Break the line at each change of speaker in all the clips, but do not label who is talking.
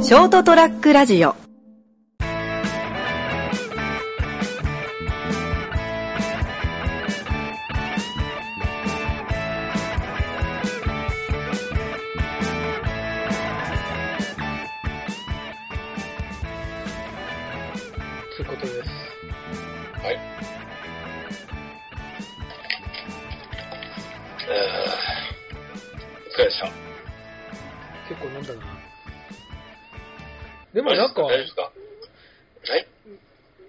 ショートトラックラジオ
ということです。
はい。えー、お疲れでした。
結構飲んだな。でもなんか、
大丈夫ですかはい。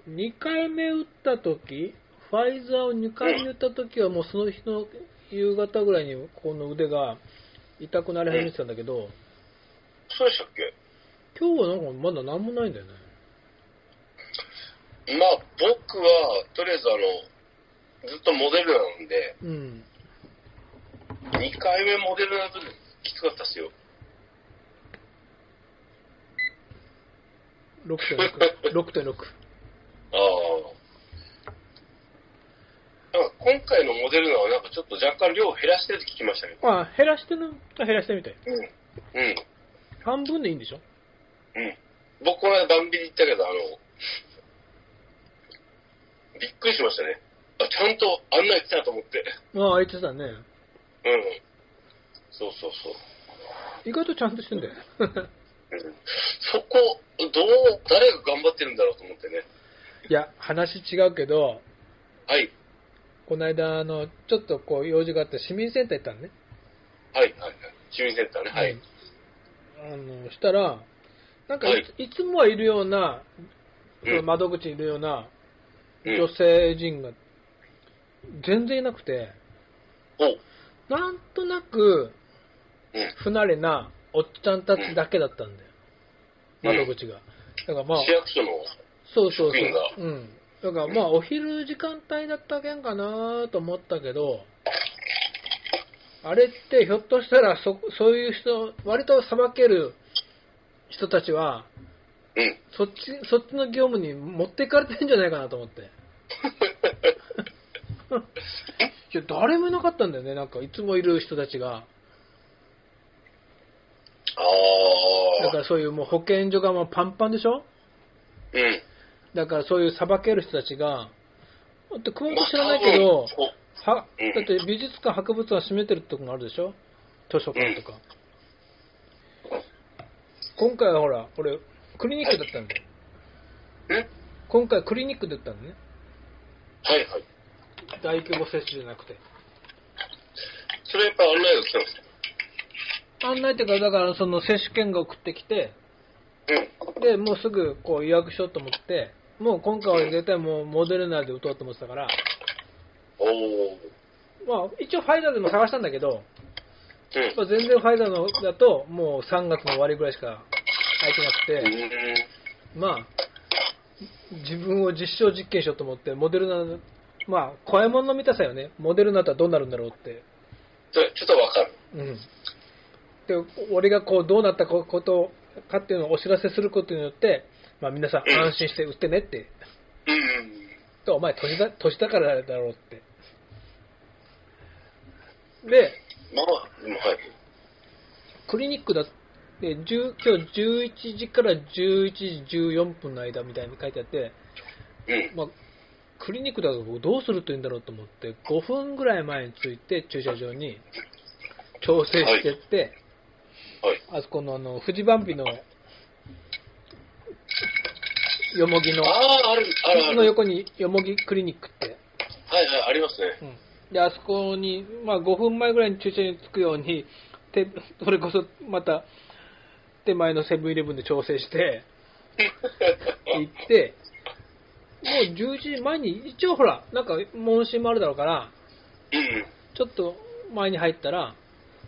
2回目打った時、ファイザーを2回目打った時はもうその日の夕方ぐらいにこの腕が痛くなり始めてたんだけど、
そうでしたっけ
今日はなんかまだ何もないんだよね。
まあ、僕は、とりあえずあの、ずっとモデルなんで、
うん。
2回目モデルの時きつかったっすよ。
6.6。6.6。
ああ。なんか今回のモデルのはなんかちょっと若干量を減らしてるって聞きましたね。
まあ、減らしてると減らしてみたい。
うん。うん。
半分でいいんでしょ
うん。僕この間バンビリ行ったけど、あの、びっくりしましたね。あ、ちゃんとあんなやってたと思って。
まあ、あいつだね。
うん。そうそうそう。
意外とちゃんとしてんだよ。
うんそこ、どう、誰が頑張ってるんだろうと思ってね。
いや、話違うけど、
はい。
この間、あの、ちょっとこう、用事があって、市民センター行ったのね。
はい、はい、はい。市民センターね。はい。
あの、したら、なんかい,、
はい
いつもはいるような、
うん
窓口にいるような
うん
女性陣が全然いなくて、
お、うん。
なんとなく不慣れなおっちゃんたちだけだったんだよ、
うん
窓口が。だからまあ
市、役所の、
そうそう
職員が
そう。うん。だからまあ、お昼時間帯だったけんかなと思ったけど、あれってひょっとしたらそ、そういう人、割とさばける人たちは、
うん。
そっち、そっちの業務に持っていかれてんじゃないかなと思って。いや、誰もいなかったんだよね、なんか、いつもいる人たちが。だか
ああ。
らそういうもう保健所がもうパンパンでしょ
うん。
だからそういうさばける人たちが、だって詳し
まあ
く知らないけど、
多分そう
は
うん
だって美術館、博物館閉めてるとこもあるでしょ図書館とか。今回はほら、俺、クリニックだったんだよ。
うん
今回クリニックだったんだね。
はい、はい。
大規模接種じゃなくて。
それやっぱ案内が来たんですか
案内っていうか、だからその接種券が送ってきて、で、もうすぐこう予約しようと思って、もう今回は絶対もうモデルナで打とうと思ってたから、
うん。おー。
まあ一応ファイザーでも探したんだけど、
うん。
まあ全然ファイザーのだともう3月の終わりぐらいしか空いてなくて、
うん。
まあ、自分を実証実験しようと思って、モデルナ、まあ、怖いもの見たさよね、モデルナとはどうなるんだろうって、
それちょっとわかる。
うん、で俺がこうどうなったこことかっていうのをお知らせすることによって、まあ、皆さん、
うん
安心して売ってねって、
うん。
とお前年だ、年だからだろうって。で、
まあ、でもはい。
クリニックだで10今日11時から11時14分の間みたいに書いてあって、
うん。
まあ、クリニックだと僕どうするといいんだろうと思って5分ぐらい前に着いて駐車場に調整してって、
はい。
あそこのあの富士バンビのよもぎの
ああ、ある、ある、あ
の
る。
横によもぎクリニックって、
はい、はい、ありますね。
うんであそこに、まあ、5分前ぐらいに駐車場に着くように手それこそまた手前のセブンイレブンで調整して行ってもう11時前に一応ほらなんか問診もあるだろうから
うん。
ちょっと前に入ったら、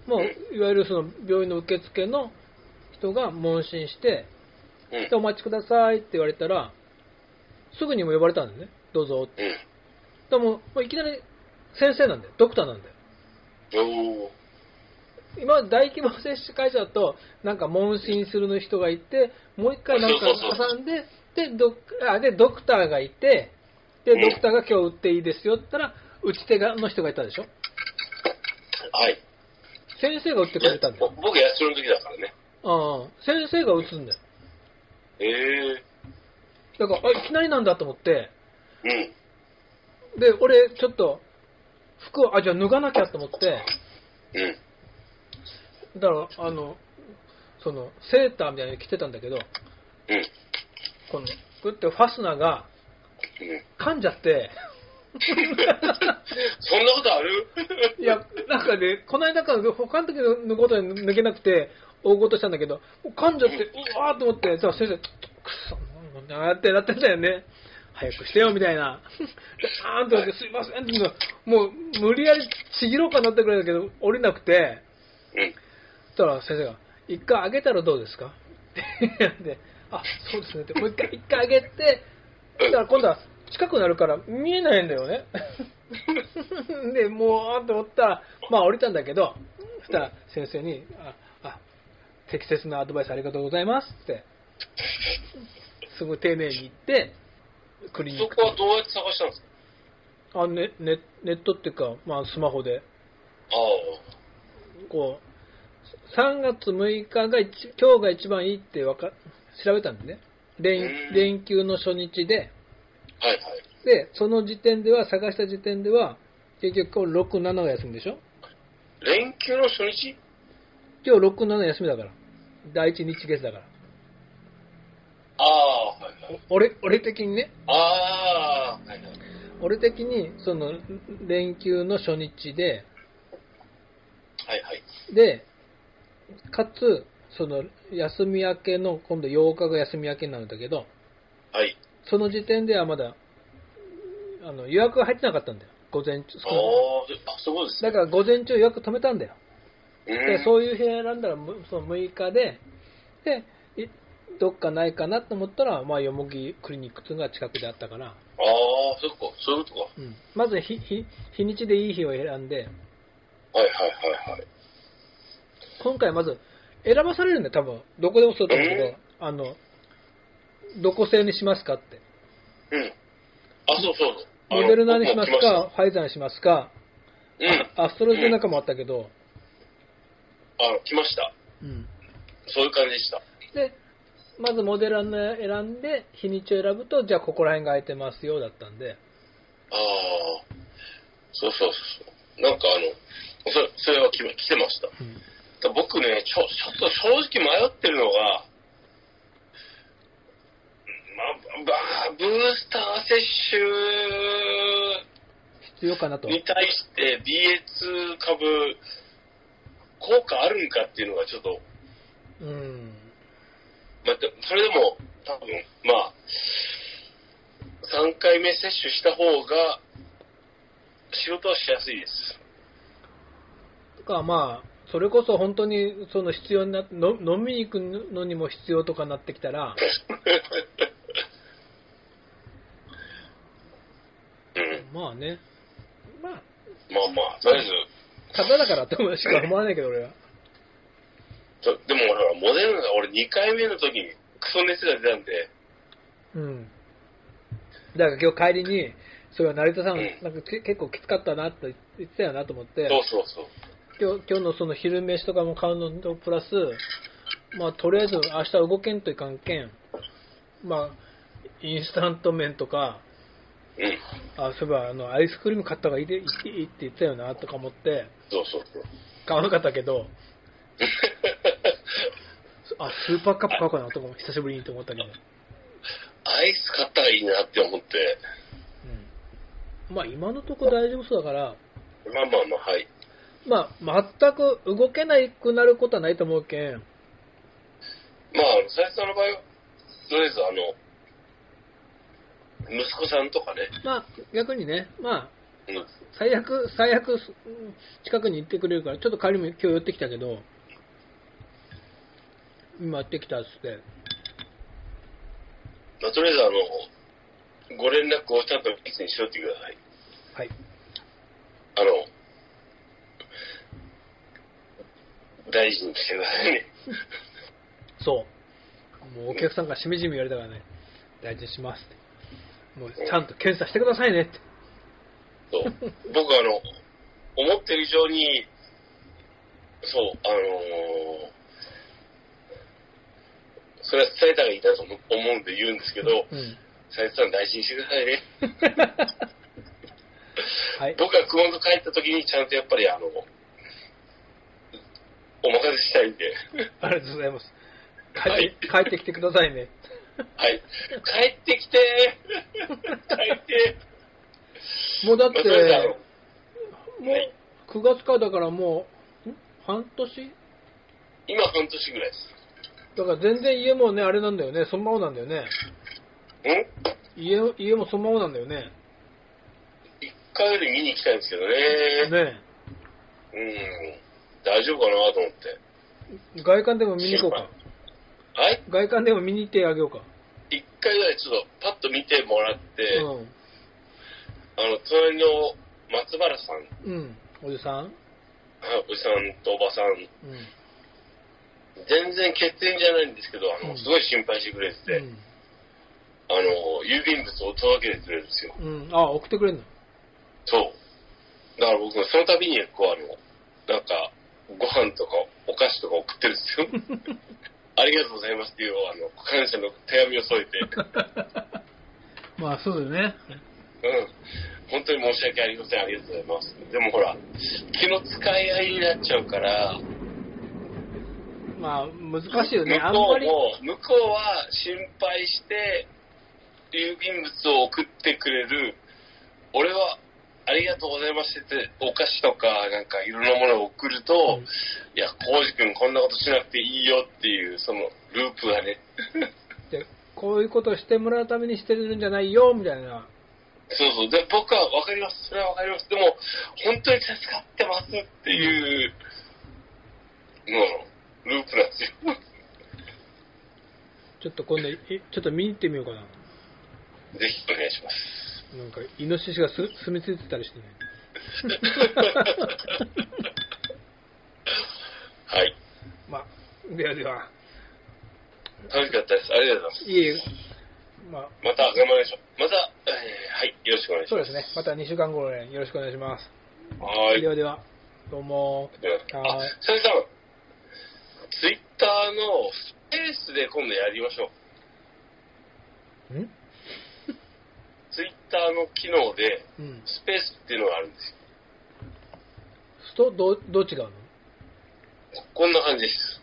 もういわゆるその病院の受付の人が問診して、
うん
で。お待ちくださいって言われたら、すぐにも呼ばれたんだよね、どうぞって。
うん。
でも、もういきなり先生なんだよ、ドクターなんだよ。
おー。
今まで大規模接種会社だと、なんか問診するの人がいて、もう一回なんか
そうそうそう
挟んで、でドクあでドクターがいて、で
うん
ドクターが今日打っていいですよって言ったら、打ち手がの人がいたでしょ、
はい。
先生が打ってくれたんだよ。
僕、八代の時だからね。
ああ、先生が打つんだよ。
ええ
だから、あ、いきなりなんだと思って、
うん。
で、俺、ちょっと、服を、あ、じゃあ脱がなきゃと思って、
うん。
だから、あの、その、セーターみたいなの着てたんだけど、
うん。
この、グってファスナーが
うん。
噛んじゃって、
そんなことある
いや、なんかね、この間から他の時の脱ごうとに脱げなくて、大ごとしたんだけど、噛んじゃって、うわーと思って、じゃあ先生、くそ、なんだなってなってたよね。早くしてよ、みたいな。あーんと思って、すいませんって言うのもう、無理やりちぎろうかなってくらいだけど、降りなくて、
うん。
そしたら先生が、一回あげたらどうですかってで、あ、そうですねって、もう一回、一回あげて、そしたら今度は近くなるから見えないんだよね。 で、もう、あと思ったら、まあ降りたんだけど、そしたら先生に、あ、あ、適切なアドバイスありがとうございますって、すごい丁寧に言って、クリニッ
そ
ク
こはどうやって探したんですか
あネネネットっていうか、まあスマホで。
ああ。
こう、3月6日が一、今日が一番いいってわか、調べたんでね。
う
連
ん
連休の初日で、
はいはい。
で、その時点では、探した時点では、結局今日6、7が休みでしょ
連休の初日
今日6、7休みだから。第一日月だから。
ああ、はいはい。
お俺、俺的にね、
ああ、はいはい。
俺的に、その、連休の初日で、
はいはい。
で、かつ、その、休み明けの、今度8日が休み明けなんだけど、
はい。
その時点ではまだあの予約が入ってなかったんだよ、午前中。
ああ、あ、そういうことですね。
だから午前中予約止めたんだよ。
う
で
ん。
そういう部屋選んだらむその6日で、でいどっかないかなと思ったら、まあ、よもぎクリニックっていうのが近くであったから、
ああ、そっか、そういうことか。
うん、まず日日日にちでいい日を選んで、
はいはいはいはい。
今回まず選ばされるんだよ、多分どこでもそうだけど
え、
あのどこ製にしますかって、
うん。あ、そうそう。あの
モデルナにします。
僕も
か、ファイザーにしますか、
来ました
アストロゼネカもあったけど、
うん。あの、来ました。
うん、
そういう感じでした。
で、まずモデルの選んで、日にちを選ぶと、じゃあここら辺が空いてますよだったんで、
ああ、そうそうそうそう。なんかあの、それそれは来ま来てました。だ僕ねちょ、ちょっと正直迷ってるのが、まあ、ばブースター接種
必要かなと。
に対して BA2 株、効果あるんかっていうのがちょっと、
うん。
まあ、でそれでも多分、まあ、3回目接種した方が仕事はしやすいです。
とか、まあ、それこそ本当にその必要になの飲みに行くのにも必要とかなってきたら、
うん。
まあね、まあ、
まあまあ、とりあえず、
ただだからって思うしか思わないけど、俺は。
とでもほら、モデルナが俺2回目の時にクソ熱が出たんで、
うん。だから今日帰りに、それは成田さん、
うん
なんかけ結構きつかったなって言ってたよなと思って。
そうそうそう。
今日今日のその昼飯とかも買うのとプラス、まあ、とりあえず明日動けんといかんけん、まあ、インスタント麺とか、
うん。
あそういえばあのアイスクリーム買った方がいいでいいいいって言ってたよなとか思って、
そうそうそう。
買わなかったけど、あスーパーカップ買おうかなとかも久しぶりにと思ったけど、
アイス買ったらいいなって思って、
うんまあ、今のところ大丈夫そうだから、
まあまあまあ、はい。
まあ、全く動けなくなることはないと思うけん、
まあ、佐々木さんの場合は、とりあえずあの、息子さんとかね、
まあ、逆にね、まあ、
うん。うん。
最悪、最悪、すうん近くに行ってくれるから、ちょっと帰りも今日寄ってきたけど、今寄ってきたっつって、
まあ、とりあえずあの、ご連絡をちゃんといつにしとってください。
はい。
あの、大事にしてくださいね。
そう。もうお客さんからしみじみ言われたからね、大事にしますって。もうちゃんと検査してくださいねって。
そう。僕あの、思ってる以上に、そう、あのーそれは伝えたらいいなと思うんで言うんですけど、
うん。
斉藤さん大事にしてくださいね。
はい。
僕が熊本帰った時にちゃんとやっぱりあの、お任せしたいんで、
ありがとうございます。
は
帰
い
って、帰ってきてくださいね。
はい。帰ってきて帰 って
もうだって、
まあとりあえずあの
も、
はいう
9月からだからもう、ん半年
今半年ぐらいです。
だから全然家もね、あれなんだよね、そのままなんだよね。
ん
家、家もそのままなんだよね。
一回より見に行きたいんですけどね。
ね
うん。大丈夫かなと思って。
外観でも見に行こうか。
はい
外観でも見に行ってあげようか。
一回ぐらいちょっとパッと見てもらって、
うん。
あの、隣の松原さん、
うん。おじさん
あおじさんとおばさん、
うん。
全然欠点じゃないんですけど、あ
う
の、
ん
すごい心配してくれてて、あの、郵便物を届けてくれるんですよ。
うん。うん。あ、送ってくれるの
そう。だから僕、その度に、こう、あの、なんか、ご飯とかお菓子とか送ってるんです よ。ありがとうございますっていう、あの、感謝の手紙を添えて、
まあ、そうだよね。
うん。本当に申し訳ありません。ありがとうございます。でもほら、気の使い合いになっちゃうから、
まあ、難しいよね。あ
向
ん
こ
ま
う
り。
も、向こうは心配して、郵便物を送ってくれる、俺は、ありがとうございましたって、お菓子とか、なんかいろんなものを送ると、
うん
いや、コウジ君こんなことしなくていいよっていう、その、ループがね、
でこういうことをしてもらうためにしてるんじゃないよ、みたいな。
そうそう。で、僕は分かります。それは分かります。でも、本当に助かってますっていう、の、ループなんですよ。
ちょっと今度、いちょっと見に行ってみようかな。
ぜひお願いします。
なんか、イノシシがす住み着いてたりしてね。
はい。
まあ、ではでは。
楽しかったです。ありがとうございます。
いえいえ。まあ、
また頑張りましょう。また、えーはい、よろしくお願いし
そう
ま。
ですすね。また2週間後ぐらいよろしくお願いします。
はーい。
ではでは、どうも。
あ
はい、
それさん、ツイッターのスペースで今度やりましょう。
ん
ツイッターの機能で、
うん。
スペースっていうのがあるんですよ。
すと、どう、どう違うの
こんな感じです。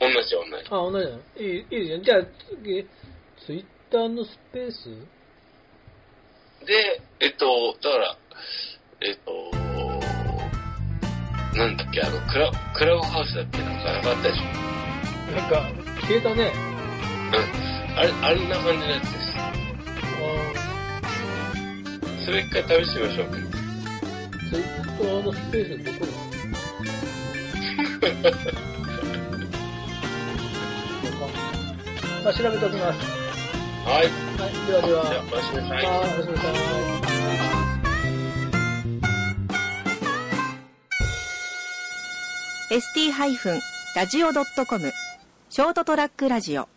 同じ同じ。
あ、同じなのいい、いいじゃん。じゃあ、次、ツイッターのスペース
で、えっと、だから、えっと、なんだっけ、あの、クラクラブハウスだっけなんかなかったでしょ。
なんか、消えたね。
うん。あれ、あんな感じのやつで
あー
す。それ一回試してみましょう。
ツイッターのスペースどこだ わかんないまあ、調べておきます。
はい。
はい、ではで
じ
は。
ゃあ、マシでさい。
はい、おやすみなさい。
ST-radio.com ショートトラックラジオ